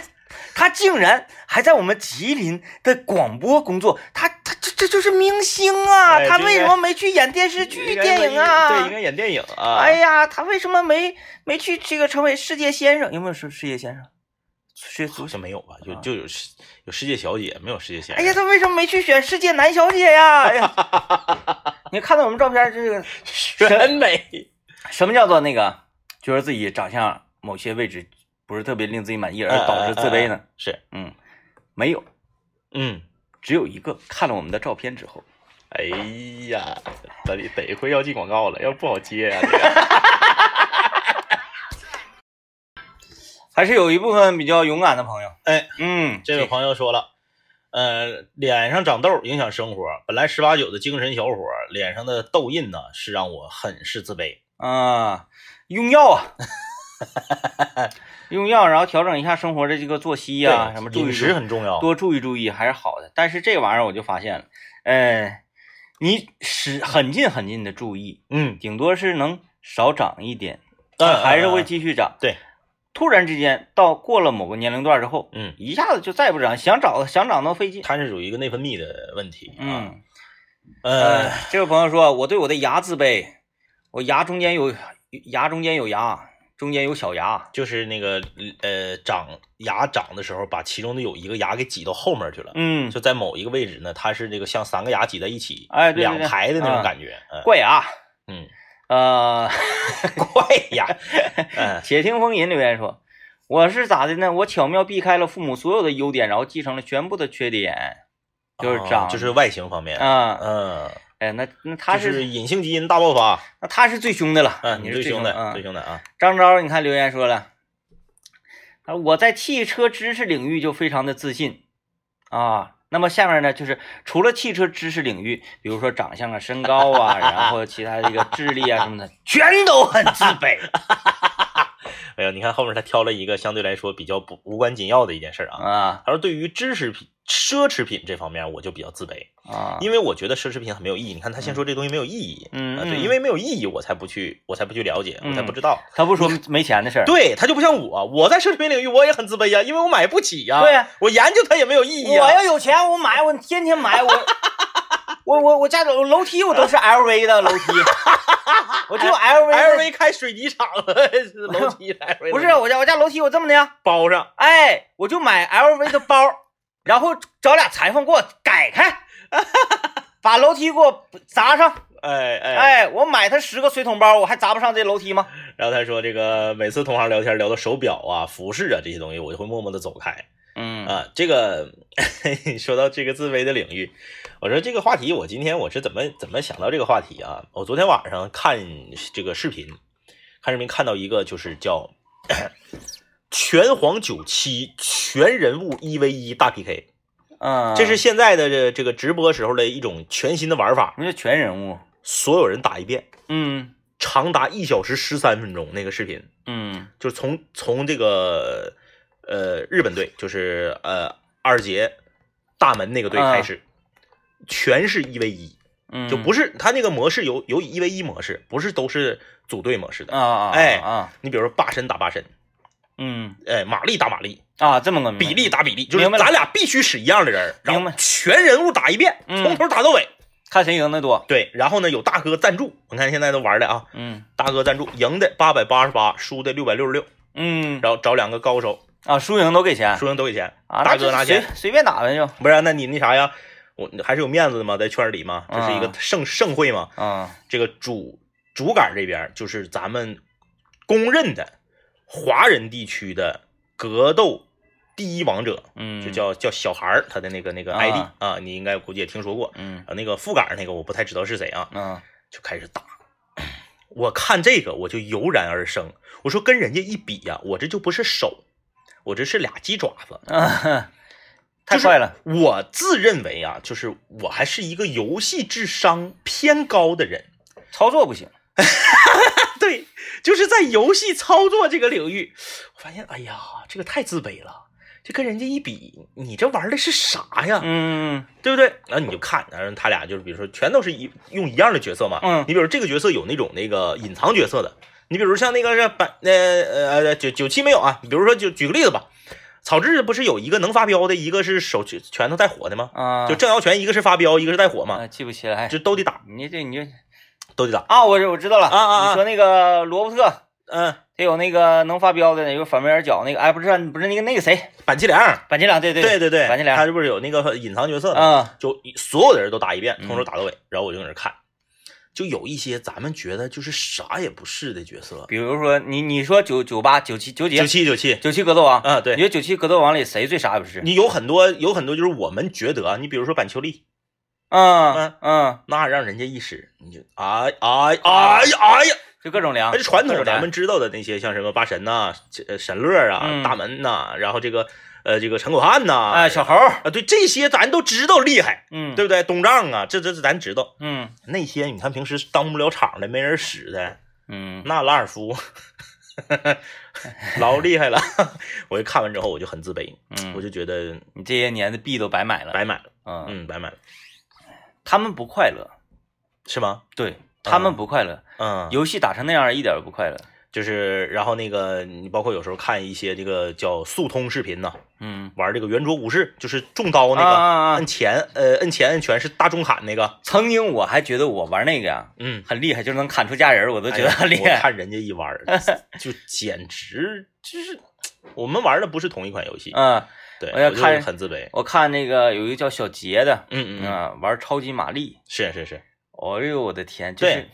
他竟然还在我们吉林的广播工作，他他这这就是明星啊！
哎
他
这
为
应
什
该
么没去演电视
应
剧、
该
电
是
影啊？
对，应该演电影啊。
哎，呀，他为什么没没去这个成为世界先生？有没有世世界先生？世界足
好
球？
像没有吧？就
啊
就有世有世界小姐，没有世界先
哎
生。
呀，他为什么没去选世界男小姐呀？哎 呀，你看到我们照片，这个
选美
什么叫做那个，觉得自己长相某些位置不是特别令自己满意，而呃导致自卑呢？
是，
嗯，没有。
嗯，
只有一个看了我们的照片之后，
哎呀，得得亏要进广告了，要不好接 啊呀、这个
还是有一部分比较勇敢的朋友。
哎，
嗯，
这位朋友说了，呃，脸上长痘影响生活，本来十八九的精神小伙，脸上的痘印呢，是让我很是自卑。
啊，用药 啊，用药，然后调整一下生活的这个作息呀、
对
啊什么注
饮
意注
食
意
很重要。
多注意注意还是好的。但是这玩意儿我就发现了，呃，你使很近很近的注意，
嗯，
顶多是能少长一点，
嗯
还是
嗯
会
嗯
继续长。
对，
突然之间到过了某个年龄段之后，
嗯，
一下子就再也不长，想找想长都费劲。
它是有一个内分泌的问题啊。
嗯，
呃，，
这位朋友说，我对我的牙自卑，我牙中间有牙中间有牙，中间有小牙。
就是那个呃长牙长的时候，把其中的有一个牙给挤到后面去了。
嗯，
就在某一个位置呢，它是这个像三个牙挤在一起，
哎对对对
两排的那
啊
种感觉，嗯
怪牙。
嗯，
呃，
怪呀， 嗯
且听风吟留言说，我是咋的呢？我巧妙避开了父母所有的优点，然后继承了全部的缺点，就是长，
哦就是外形方面，
啊、
嗯，
哎，那那他、
就是是隐性基因大爆发，
那他是最凶的了，
嗯，
你
最
是
凶
的，
的，
嗯
最凶的啊，
张昭，你看留言说了，啊，我在汽车知识领域就非常的自信啊。那么下面呢，就是除了汽车知识领域，比如说长相啊、身高啊，然后其他这个智力啊什么的，全都很自卑。
哎呀，你看后面他挑了一个相对来说比较不无关紧要的一件事啊，
啊
他说对于知识品、奢侈品这方面我就比较自卑，
啊，
因为我觉得奢侈品很没有意义。你看他先说这东西没有意义，
嗯
啊
嗯
对，因为没有意义我才不去，我才不去了解，我才不
嗯
知道。
他不说没钱的事儿，
对他就不像我，我在奢侈品领域我也很自卑呀、因为我买不起呀、
对呀
我研究它也没有意义
我
呀、
要有钱，我买，我天天买， 我我我我家楼楼梯我都是 LV 的楼梯，我就 LV 的
LV 开水泥厂了， 楼梯 LV
不是我家我家楼梯我这么的呀，
包上，
哎，我就买 LV 的包，然后找俩裁缝给我改开，把楼梯给我砸上，
哎哎，
哎，我买他十个水桶包，我还砸不上这楼梯吗？
然后他说这个每次同行聊天聊到手表啊、服饰啊这些东西，我就会默默的走开
嗯
啊。这个 说到这个自卑的领域，我说这个话题我今天我是怎么怎么想到这个话题啊？我昨天晚上看这个视频，看视频看到一个就是叫 拳皇九七全人物一 v 一大 PK，
嗯，
这是现在的这这个直播时候的一种全新的玩法，
我们就全人物，
所有人打一遍，
嗯
长达一小时十三分钟那个视频。
嗯
就是从从这个呃日本队，就是呃二节大门那个队开始，全是一 v 一，
啊嗯，
就不是他那个模式有有一 v 一模式，不是都是组队模式的。
啊啊
哎
啊
你比如说霸神打霸神，
嗯
哎，马力打马力，
啊这么个
比利打比利，就是
明白了
咱俩必须使一样的人，然
明
后
白
全人物打一遍，
嗯
从头打到尾。
看谁赢的多，
对，然后呢有大哥赞助，你看现在都玩的啊，
嗯
大哥赞助，赢的八百八十八，输的六百六十六，
嗯
然后找两个高手，
啊输赢都给钱
输赢都给钱，
啊，
大
那
哥
就
拿
随
钱。
随便打呗就，
不是啊、那你那啥呀？我还是有面子的嘛，在圈里嘛，这是一个
啊
盛盛会嘛。
嗯
这个主主杆这边就是咱们公认的华人地区的格斗第一王者，
嗯，
就叫叫小孩儿，他的那个那个
啊
ID 啊你应该估计也听说过。
嗯
啊，那个副杆那个我不太知道是谁啊，
嗯
就开始打。我看这个我就油然而生，我说跟人家一比呀、我这就不是手，我这是俩鸡爪子。
啊， 太
就是
快了，
我自认为啊，就是我还是一个游戏智商偏高的人。
操作不行，
对，就是在游戏操作这个领域，我发现，哎呀，这个太自卑了。这跟人家一比，你这玩的是啥呀？
嗯
对不对？然后你就看，然后他俩就是，比如说，全都是一用一样的角色嘛。
嗯
你比如这个角色有那种那个隐藏角色的，你比如像那个是百呃呃呃九九七没有啊？比如说就举个例子吧，草雉不是有一个能发飙的，一个是手拳拳头带火的吗？
啊，
就正摇拳，一个是发飙，一个是带火嘛，
啊记不起来，
就都得打，
你这你就
都得打。
啊，我我知道了
啊啊啊
你说那个罗伯特，
嗯，
他有那个能发飙的，有反面角那个，哎，不是不是那个那个谁，
板机梁，
板机良，对对
对
对
对对，
板机良
他这不是有那个隐藏角色吗？
啊，
就所有的人都打一遍，
嗯
从头打到尾。然后我就搁那看，就有一些咱们觉得就是啥也不是的角色，
比如说你你说九九八九七九几啊
九七九七
九七格斗王，
啊，
你
对，
说九七格斗王里谁最傻也不是？
你有很多有很多就是我们觉得啊，你比如说板秋丽，啊
嗯嗯，
那让人家一使，你就哎哎
啊
哎呀哎呀，
就各种凉
而且，传
各
统
种
咱
凉
们知道的那些，像什么八神呐、这呃神乐
嗯
啊、大门呐，然后这个呃这个陈可汗呐，
哎小猴儿，
啊，对这些咱都知道厉害，
嗯
对不对？东丈啊，这这这咱知道。
嗯
那些你看平时当不了场的，没人使的，
嗯
那拉尔夫 老厉害了。 我就看完之后我就很自卑，
嗯，
我就觉得
你这些年的币都白买了，
白买了，
嗯，
嗯，白买了，
他们不快乐，
是吗？
对他们不快乐，
嗯，
游戏打成那样一点儿都不快乐，
就是然后那个你包括有时候看一些这个叫速通视频呐、
嗯，
玩这个圆桌武士，就是中刀那个，
啊啊啊
摁前呃摁前摁拳是大中砍那个，
曾经我还觉得我玩那个呀
嗯，
很厉害，就是能砍出家人儿，我都觉
哎
得
呀
很厉
我
害。
看人家一玩儿，就简直就是我们玩的不是同一款游戏，
嗯，
对，
我要
我就
看
很自卑。
我看那个有一个叫小杰的，
嗯嗯嗯，
嗯，玩超级玛丽，
是是是，
哎呦我的天，就是
对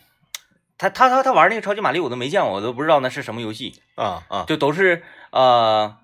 他他他他玩那个超级玛丽我都没见过，我都不知道那是什么游戏，
啊啊，
就都是呃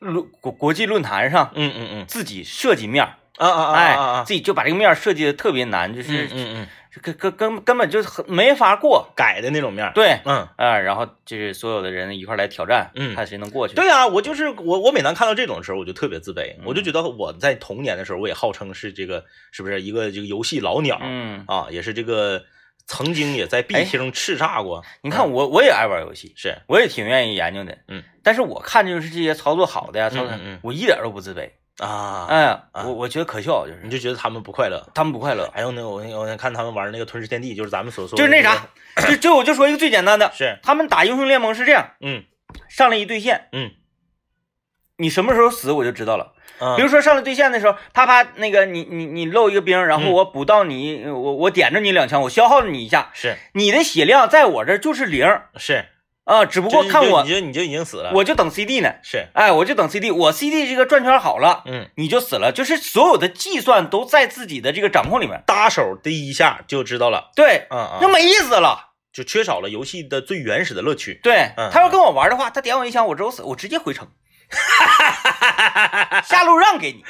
论国国际论坛上
嗯嗯嗯，
自己设计面儿，
啊啊啊啊啊
哎，
啊，
自己就把这个面儿设计的特别难，就
嗯
是
嗯嗯，
根根根根本就很没法过，
改的那种面儿，
对，
嗯。
啊，然后就是所有的人一块儿来挑战，
嗯
看谁能过去，
对啊，我就是我，我每当看到这种时候，我就特别自卑，
嗯
我就觉得我在童年的时候，我也号称是这个是不是一个这个游戏老鸟、
嗯，
啊，也是这个曾经也在 B
哎
厅叱咤过。
你看我我也爱玩游戏，
是，
我也挺愿意研究的，
嗯，
但是我看就是这些操作好的呀，
嗯
操作
嗯嗯
我一点儿都不自卑，
啊，
哎，
啊嗯
我我觉得可笑，就是
你就觉得他们不快乐。
他们不快乐，
还有那个我那个我那看他们玩那个《吞噬天地》，就是咱们所说
就
的
是那
那个
啥，就就我就说一个最简单的，
是，
他们打英雄联盟是这样，
嗯
上来一对线，
嗯
你什么时候死我就知道了。
啊
比如说上来对线的时候，啪啪那个你你你漏一个兵，然后
嗯
我补到你，呃我我点着你两枪，我消耗了你一下，
是
你的血量在我这儿就是零啊、
是，
只不
不
过看我
你就你就已经死了，
我就等 CD 呢，
是
哎，我就等 CD，我 CD 这个转圈好了。
嗯，
你就死了，就是所有的计算都在自己的这个掌控里面。
搭手第一下就知道了，
对，
嗯嗯，
那没意思了。
就缺少了游戏的最原始的乐趣。
对
嗯
他要跟我玩的话，他点我一枪，我之后死，我直接回城，下路让 给你，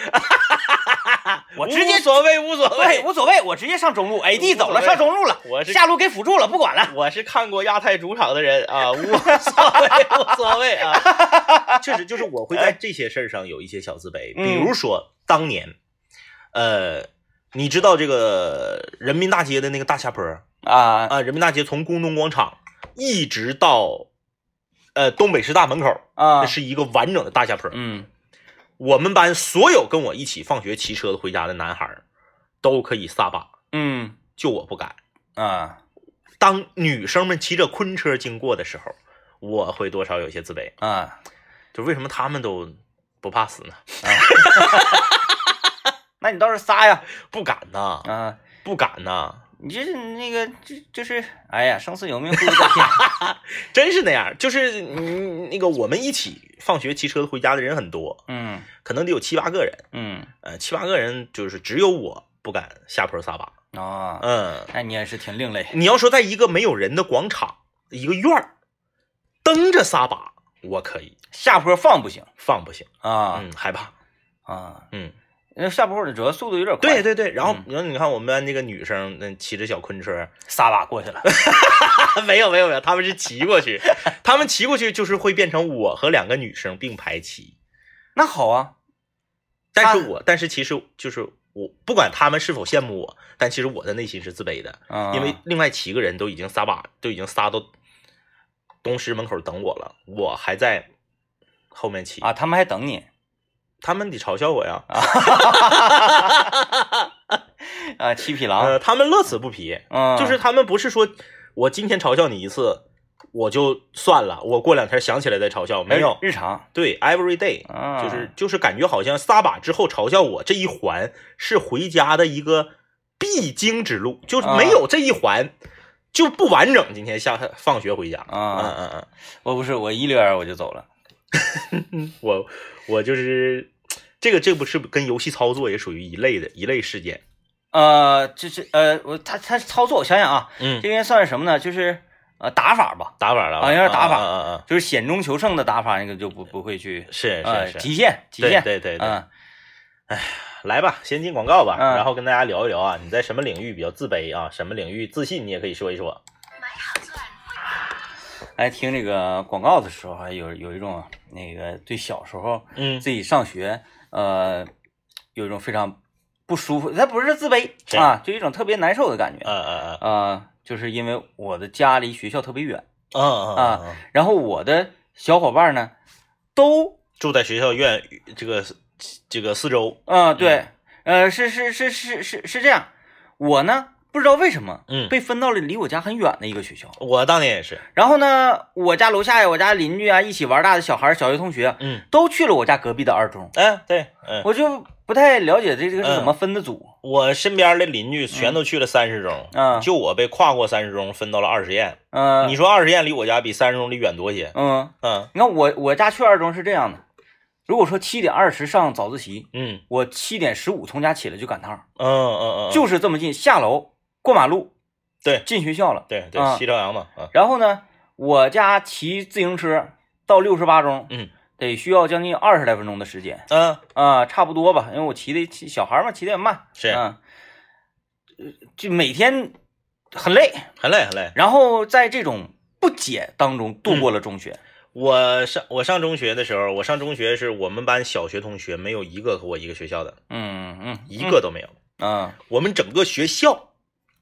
我直接
无所谓，无所
对
谓。
无所谓，我直接上中路，AD 走
无
了
所谓
上中路了，
我是
下路给辅助了，不管了。
我是看过亚太主场的人啊，无所谓，无所谓啊。 确实，就是我会在这些事儿上有一些小自卑，
嗯
比如说当年，呃，你知道这个人民大街的那个大下坡儿
啊
啊，人民大街从工农广场一直到呃东北师大门口，那
啊，
是一个完整的大下坡儿。
嗯
我们班所有跟我一起放学骑车子回家的男孩儿都可以撒把，
嗯
就我不敢。
啊
当女生们骑着昆车经过的时候，我会多少有些自卑，
啊，
就为什么他们都不怕死呢？
那你倒是仨呀
不敢呐，
啊，
不敢呐，
你这是那个就就是，哎呀，生死有命，贵在天。
真是那样。就是嗯，那个我们一起放学骑车回家的人很多，
嗯
可能得有七八个人，
嗯
呃，七八个人就是只有我不敢下坡撒把。
啊，
嗯，
那你也是挺另类。
你要说在一个没有人的广场，一个院儿，蹬着撒把，我可以，
下坡放不行
放不行，
啊
嗯，害怕，
啊，
嗯。
那下坡主要速度有点快，嗯
对对对，然后然后你看我们班那个女生，那骑着小昆车，
撒把过去了。
没有没有没有，他们是骑过去， 他们骑过去就是会变成我和两个女生并排骑，
那好啊，
但是我但是其实就是我不管他们是否羡慕我，但其实我的内心是自卑的，
啊
因为另外七个人都已经撒把都已经撒到东师门口等我了，我还在后面骑
啊，，他们还等你
他们得嘲笑我呀，
啊，七匹狼，
呃，他们乐此不疲，
嗯，
就是他们不是说我今天嘲笑你一次，我就算了，我过两天想起来再嘲笑，没有，
日常，
对，every day，
哎啊，
就是就是感觉好像撒把之后嘲笑我这一环是回家的一个必经之路，就是
啊
没有这一环就不完整。今天下放学回家，
啊
嗯嗯
我不是我一溜烟我就走了，
嗯，我我就是这个这不是跟游戏操作也属于一类的一类事件，
呃，这这呃，我他他操作我想想啊，
嗯
这，应该算是什么呢？就是呃打法吧，
打法了吧，
好像是啊打法
嗯嗯嗯，
就是险中求胜的打法，那个就不不会去，
是
呃，
是是，
极限极
对
限，
对对对。
嗯
来吧，先进广告吧，
嗯
然后跟大家聊一聊啊，你在什么领域比较自卑啊，什么领域自信，你也可以说一说。
哎，听这个广告的时候，还有有一种那个对小时候
嗯，
自己上学，呃，有一种非常不舒服，他不是自卑
是
啊，就一种特别难受的感觉。
呃呃
呃，就是因为我的家离学校特别远，
呃，嗯嗯嗯，
然后我的小伙伴呢，都
住在学校院这个这个四周，
呃对，呃是是是是是是这样，我呢不知道为什么，
嗯，
被分到了离我家很远的一个学校。
我当年也是，
然后呢，我家楼下呀，我家邻居啊，一起玩大的小孩、小学同学，
嗯，
都去了我家隔壁的二中，
哎，对，嗯，
我就不太了解这这个是怎么分的组。
我身边的邻居全都去了三十中，
嗯
就我被跨过三十中，分到了二实验。
嗯、
你说二实验离我家比三十中离远多些？
嗯，
嗯
你看我我家去二中是这样的，如果说七点二十上早自习，
嗯
我七点十五从家起来就赶趟，
嗯嗯嗯，
就是这么近，下楼过马路，
对
进学校了。
对对，
啊
西朝阳嘛，啊，
然后呢，我家骑自行车到六十八中，
嗯，
得需要将近二十来分钟的时间
嗯，
啊、差不多吧，因为我骑的骑小孩嘛，骑的也慢，
是
啊，呃就每天很累，
很累很累。
然后在这种不解当中度过了中学，
我上我上中学的时候，我上中学是我们班小学同学没有一个和我一个学校的，
嗯嗯，
一个都没有。
啊
我们整个学校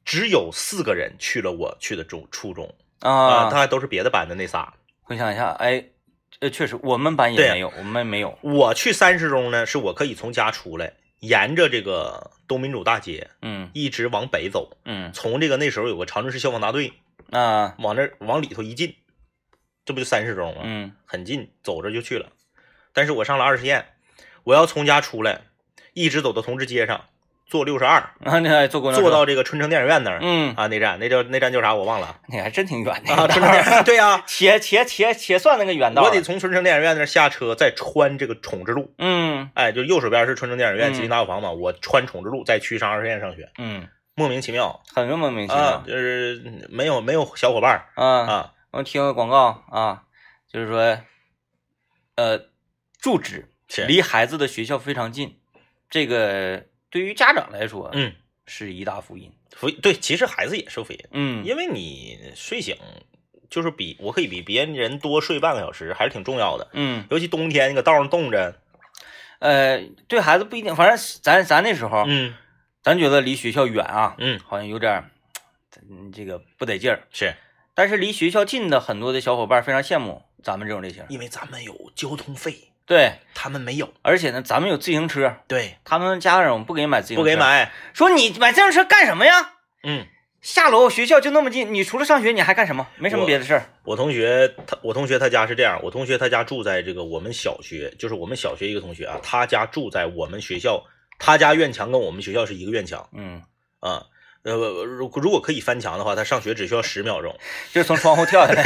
只有四个人去了我去的中初中啊，
啊，
他还都是别的班的那仨。
回想一下，哎，呃，确实我们班也
对啊
没有，我们没有，
我去三十中呢，是我可以从家出来，沿着这个东民主大街
嗯
一直往北走，
嗯
从这个那时候有个长春市消防大队，
啊
往那儿往里头一进，这不就三十中吗？
嗯
很近，走着就去了。但是我上了二实验，我要从家出来，一直走到同志街上，坐六十二，
啊，你还坐公交车
坐到这个春城电影院那儿、
嗯，
啊，那站那叫那站叫啥我忘了
你还真挺远的
啊，春城电影院对呀、
且且且且算那个远道啊了，
我得从春城电影院那儿下车，再穿这个崇智路。
嗯
哎，就右手边是春城电影
嗯
院吉林大药房嘛，我穿崇智路再去上二实验上学，
嗯，
莫名其妙
很莫名其妙，
啊就是没有没有小伙伴儿
啊。
啊，
我听个广告啊，就是说，呃，住址
是
离孩子的学校非常近，这个对于家长来说，
嗯，
是一大福音。
福对，其实孩子也受福音，
嗯，
因为你睡醒就是比我可以比别人多睡半个小时，还是挺重要的，
嗯，
尤其冬天你搁道上冻着，
呃，对孩子不一定，反正咱咱那时候，
嗯
咱觉得离学校远啊，
嗯
好像有点儿，嗯这个不得劲儿。
是
但是离学校近的很多的小伙伴非常羡慕咱们这种类型，
因为咱们有交通费，
对，
他们没有，
而且呢，咱们有自行车，
对，
他们家长不给买自行车，
不给，买，
说你买自行车干什么呀？
嗯，
下楼学校就那么近，你除了上学你还干什么？没什么别的事儿。
我同学他我同学他家是这样，我同学他家住在这个我们小学，就是我们小学一个同学啊，他家住在我们学校，他家院墙跟我们学校是一个院墙
嗯，
啊。呃，如如果可以翻墙的话，他上学只需要十秒钟。
就是从窗户跳 下来。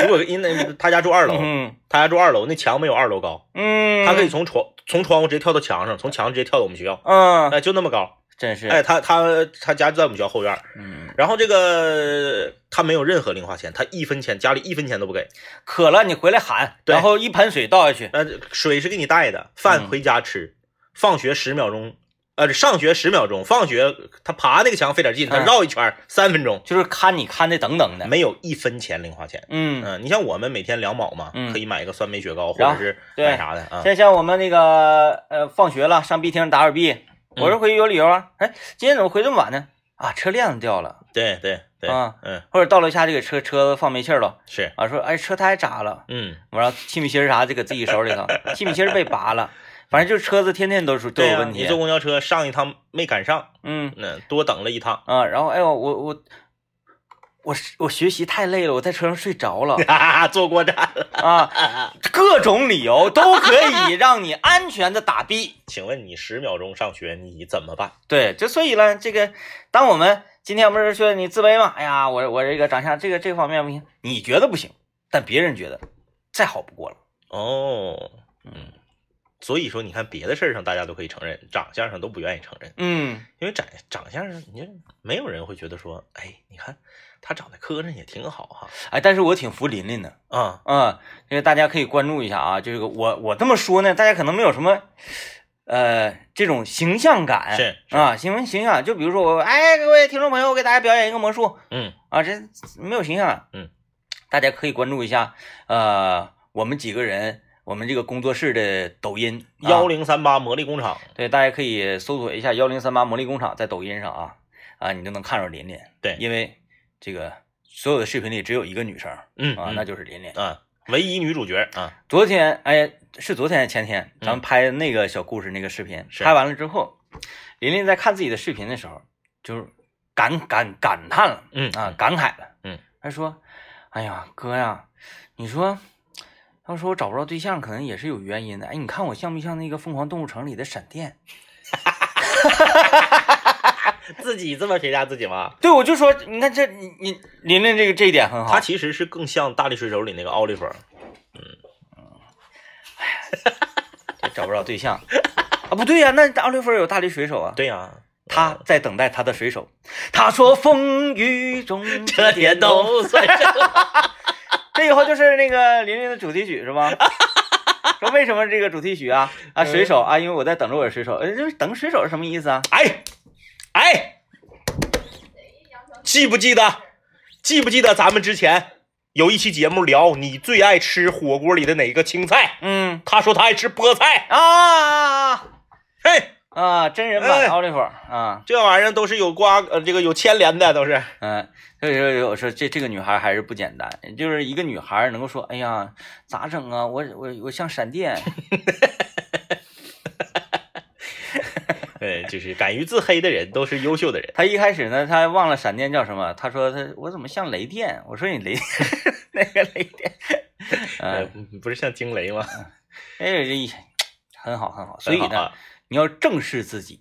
如果因为他家住二楼，
嗯
他家住二楼，那墙没有二楼高，
嗯，
他可以从窗从窗户直接跳到墙上，从墙直接跳到我们学校，
嗯，
哎，就那么高。
真是
哎，他他他家就在我们学校后院，
嗯，
然后这个他没有任何零花钱，他一分钱家里一分钱都不给，
渴了你回来喊，
对
然后一盆水倒下去。
呃，水是给你带的，饭
嗯
回家吃，放学十秒钟，呃，上学十秒钟，放学他爬那个墙费点劲，他
嗯
绕一圈儿三分钟，
就是看你看的等等的，
没有一分钱零花钱。
嗯，
嗯，你像我们每天两毛嘛，
嗯
可以买一个酸梅雪糕或
然
者
后
是
对
买啥的啊。
像像我们那个呃，放学了上 B 厅打会儿 B，我
嗯
说回去有理由啊，哎，今天怎么回这么晚呢？啊，车链子掉了，
对对对
啊，
嗯
或者到楼下这个车车子放没气儿了，
是，
啊，说哎车胎扎了，
嗯
我让气密芯儿啥就搁自己手里头，气密芯儿被拔了，反正就是车子天天都是都
对
有
呀
问题。
你坐公交车上一趟没赶上，
嗯
嗯，多等了一趟。
啊，然后哎呦我我我是我学习太累了，我在车上睡着了
哈哈，坐过站了。
啊，各种理由都可以让你安全的打 的。
请问你十秒钟上学你怎么办？
对，就所以呢，这个当我们今天不是说你自卑吗？哎呀，我我这个长相这个这方面不行，你觉得不行，但别人觉得再好不过了。
哦，嗯，所以说你看别的事儿上大家都可以承认，长相上都不愿意承认。
嗯
因为长长相上，你就没有人会觉得说，哎，你看他长得磕碜也挺好哈。
哎，但是我挺服琳琳的。
啊，
嗯，这个大家可以关注一下啊。这个我我这么说呢，大家可能没有什么，呃，这种形象感
是是
啊，形形象感。就比如说我，哎，各位听众朋友，我给大家表演一个魔术
嗯
啊，这没有形象感。
嗯，
大家可以关注一下，呃，我们几个人，我们这个工作室的抖音啊
幺零三八魔力工厂，
对，大家可以搜索一下幺零三八魔力工厂，在抖音上啊啊，你就能看着琳琳。
对
因为这个所有的视频里只有一个女生
嗯
啊，
嗯
那就是琳琳。
啊，唯一女主角啊，
昨天，哎，是昨天还是前天，
嗯
咱们拍那个小故事那个视频，
是
拍完了之后，琳琳在看自己的视频的时候，就是感感感叹了
嗯
啊，感慨了。
嗯，
他说：“哎呀，哥呀，你说要说我找不着对象，可能也是有原因的。哎，你看我像不像那个《疯狂动物城》里的闪电？
自己这么评价自己吗？
对，我就说，你看这你你琳琳这个这一点很好
他。其实是更像《大力水手》里那个奥利弗。
找不着对 象啊？不对呀、那奥利弗有大力水手啊，
对呀、
他在等待他的水手。他说风雨中
这
点
点
动。
都算是
这以后就是那个琳琳的主题曲是 吧？说为什么这个主题曲啊啊水手啊？因为我在等着我的水手，呃，这等水手是什么意思啊？
哎哎，记不记得？记不记得咱们之前有一期节目聊你最爱吃火锅里的哪个青菜？
嗯
他说他爱吃菠菜。
啊啊啊
嘿，
啊啊！真人版
哎
奥利弗啊，
这玩意儿都是有瓜呃，这个有牵连的，都是。
嗯，所以说我说这这个女孩还是不简单，就是一个女孩能够说，哎呀，咋整啊？我我我像闪 电，
哎，就是敢于自黑的人都是优秀的人。
他一开始呢，他忘了闪电叫什么，他说他我怎么像雷电？ 我说你雷那个雷电，
呃
嗯，，
不是像惊雷 吗？
哎，这很好很好，所以
很好
呢
啊，，
你要正视自己，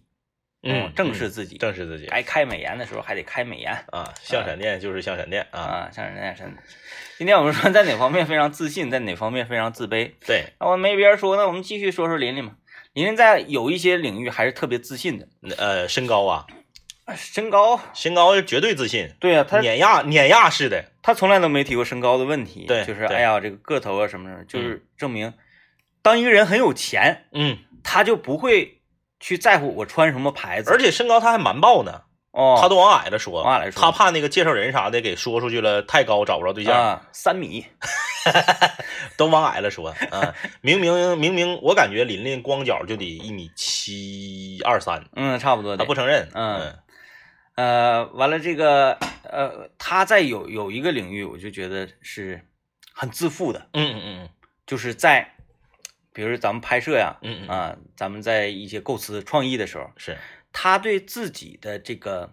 嗯，
正视自己，
正视自己哎
该开美颜的时候还得开美颜
啊，像闪电就是像闪电啊，
啊，像人家真的。今天我们说在哪方面非常自信，在哪方面非常自卑，
对，
那我没别人说，那我们继续说说琳琳吧。琳琳在有一些领域还是特别自信的，
呃，身高啊，
身高，
身高啊绝对自信，
对呀、啊她
碾压碾压式的，
她从来都没提过身高的问题，
对
就是
对
哎呀这个个头啊什么什么，就是证明，当一个人很有钱，
嗯，
他就不会去在乎我穿什么牌子，
而且身高他还瞒报呢，
哦，
他都往矮了说，
往矮了说
他怕那个介绍人啥的给说出去了，太高找不着对象，
啊三米，
都往矮了 说，啊，明明明明，我感觉琳琳光脚就得一米七二三，
嗯，差不多
他
的，
啊不承认，
嗯
嗯
呃，完了这个呃，他在有有一个领域，我就觉得是很自负的，
嗯嗯
就是在，比如咱们拍摄呀，
嗯嗯嗯，
啊，咱们在一些构思创意的时候，
是，
他对自己的这个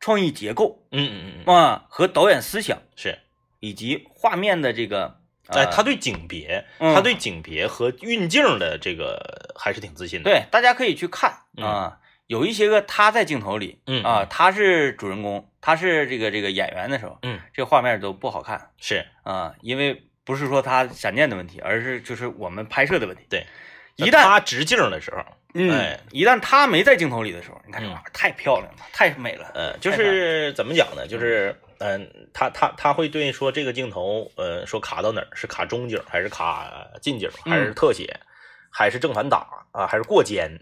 创意结构
嗯嗯嗯嗯，
啊和导演思想
是。
以及画面的这个，
哎，
呃
他对景别，
嗯
他对景别和运镜的这个还是挺自信的。，
对大家可以去看啊，有一些个他在镜头里
嗯
啊，，他是主人公，他是这个这个演员的时候，
嗯，
这画面都不好看
是
啊，因为不是说他闪电的问题，而是就是我们拍摄的问题。
对。
一旦
他直镜的时候，
嗯
哎，
一旦他没在镜头里的时候，你看这
嗯
玩意儿太漂亮了，太美了。
呃，就是怎么讲呢？就是嗯、他他他会对说这个镜头，呃，说卡到哪儿是卡中景还是卡近景，还
嗯
是特写，还是正反打啊，还是过肩，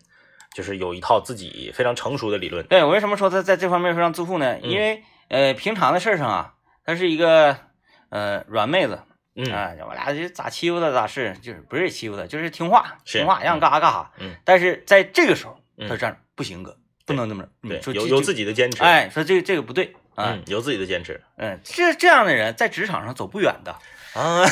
就是有一套自己非常成熟的理论。
对我为什么说他在这方面非常自负
嗯
呢？因为呃，平常的事儿上啊，她是一个呃软妹子啊、
嗯
我俩就咋欺负她咋是，就是不是欺负她，就是听话，
是
听话让干啥干啥。
嗯
但是在这个时候，
嗯
她这样不行哥，不能这么着，
对
你说，
有
这
有
这
自己的坚持，
哎，说这个这个不对啊，
嗯，有自己的坚持
嗯，这这样的人在职场上走不远的。
啊。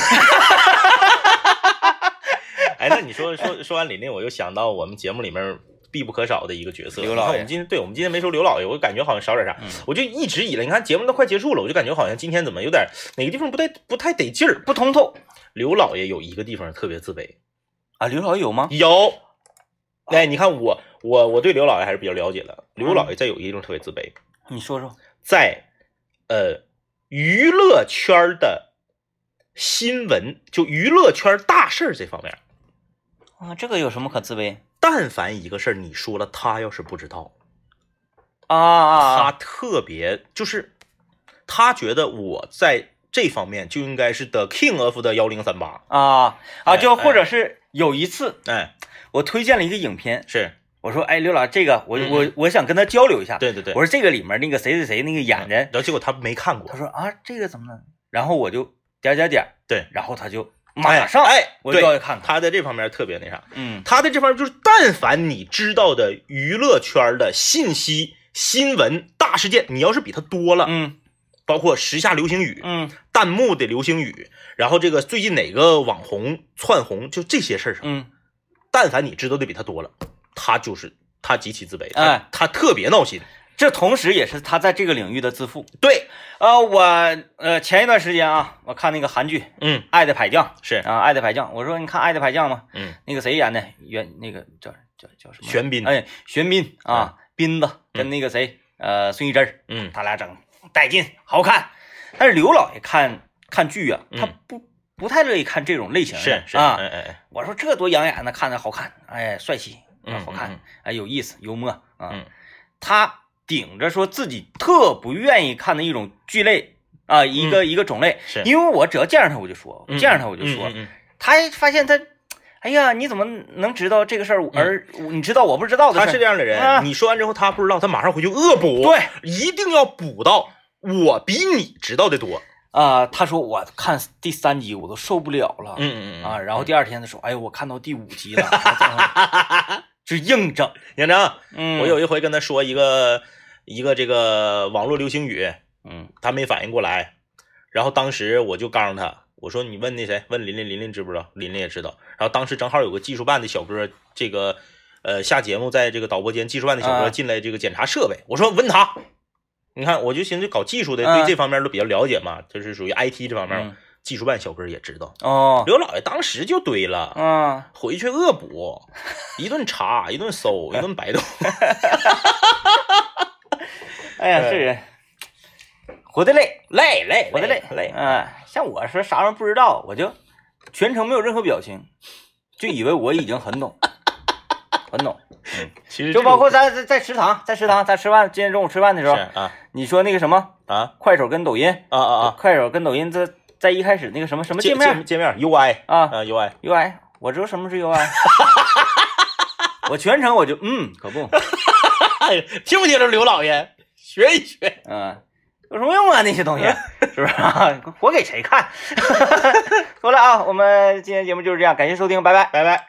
哎，那你说说说完李林，我又想到我们节目里面必不可少的一个角色。
刘老爷嗯
你看我们今天对我们今天没说刘老爷，我感觉好像少点啥。我就一直以来，你看节目都快结束了，我就感觉好像今天怎么有点哪个地方不太不太得劲儿。
不通透
刘老爷有一个地方特别自卑，
啊！刘老爷有吗？
有。哎，你看我我我对刘老爷还是比较了解的。刘
嗯
老爷在有一个地方特别自卑，
你说说，
在呃娱乐圈儿的新闻，就娱乐圈儿大事儿这方面。
啊，这个有什么可自卑
但凡一个事儿你说了，他要是不知道，
啊啊
他
啊？
特别就是他觉得我在这方面就应该是 the king of 的幺零三八，
啊啊！
哎
就或者是有一次，
哎，
我推荐了一个影片，
是
我说，哎，刘老师，这个我
嗯
我我想跟他交流一下。
对对对，
我说这个里面那个谁谁谁那个演的
然，后结果他没看过
他，说啊，这个怎么了？然后我就点点点，
嗯对，
然后他就
哎
马上，
哎，
我
对
就要去看看。
他在这方面特别那啥，
嗯
他在这方面就是，但凡你知道的娱乐圈儿的信息、新闻、大事件，你要是比他多了，
嗯
包括时下流行语，
嗯
弹幕的流行语，然后这个最近哪个网红窜红，就这些事儿上，
嗯，
但凡你知道的比他多了，他就是他极其自卑，他
哎
他特别闹心，
这同时也是他在这个领域的自负。
对，
呃，我呃前一段时间啊，我看那个韩剧《
嗯，
爱的迫降
是》，
啊，《爱的迫降》，我说你看《爱的迫降》吗？
嗯，
那个谁演的？袁那个叫叫叫什么？
玄彬
哎，玄彬啊，彬子跟那个谁呃孙艺珍儿，
嗯
他俩整带劲，好看。但是刘老爷看看剧啊，
嗯
他不、不太乐意看这种类型的
是是，
啊。
哎哎哎，
我说这多养眼呢，看着好看，哎，帅气，
嗯
好看，
嗯嗯
哎，有意思，幽默啊。
嗯
他顶着说自己特不愿意看的一种剧类啊，一个、一个种类，
嗯是，
因为我只要见着他我就说，
嗯
见着他我就
嗯
说，
嗯嗯
他发现他，哎呀，你怎么能知道这个事儿？而你知道我不知道的
嗯他
事
是
儿
这样的人，
啊
你说完之后他不知道，他马上回去恶补，
对，
一定要补到我比你知道的多。
啊、他说我看第三集我都受不了了，
嗯
啊，然后第二天他说，哎，我看到第五集了，我操这硬整，
杨章，
嗯，
我有一回跟他说一个一个这个网络流行语，
嗯
他没反应过来，然后当时我就告诉他，我说你问那谁，问琳琳，琳琳知不知道？琳琳也知道。然后当时正好有个技术办的小哥，这个呃下节目在这个导播间，技术办的小
啊
哥进来这个检查设备，我说问他，你看我就寻思搞技术的
啊
对这方面都比较了解嘛，就是属于 IT 这方面，
嗯
技术办小哥也知道。
哦，
刘老爷当时就堆了，
嗯。
回去恶补，一顿查，一 顿搜，一顿百度。
哎呀，
哎
这人活得累，
累累
活得累
累，
嗯，像我说啥玩意儿不知道，我就全程没有任何表情，就以为我已经 很懂，很懂。
其实
就包括咱在在食堂，在食堂，咱吃饭，今天中午吃饭的时
是
候，
啊
你说那个什么，
啊
快手跟抖音
啊啊啊，
快手跟抖音这在一开始那个什么什么界面
界面 UI
啊
啊 UI，
，UI，我知道什么是 UI，我全程我就嗯，可不，
哎，听不听着刘老爷？学一学。
嗯，有什么用啊？那些东西是不是啊？活 给谁看？好了啊，我们今天节目就是这样，感谢收听，拜拜，拜拜。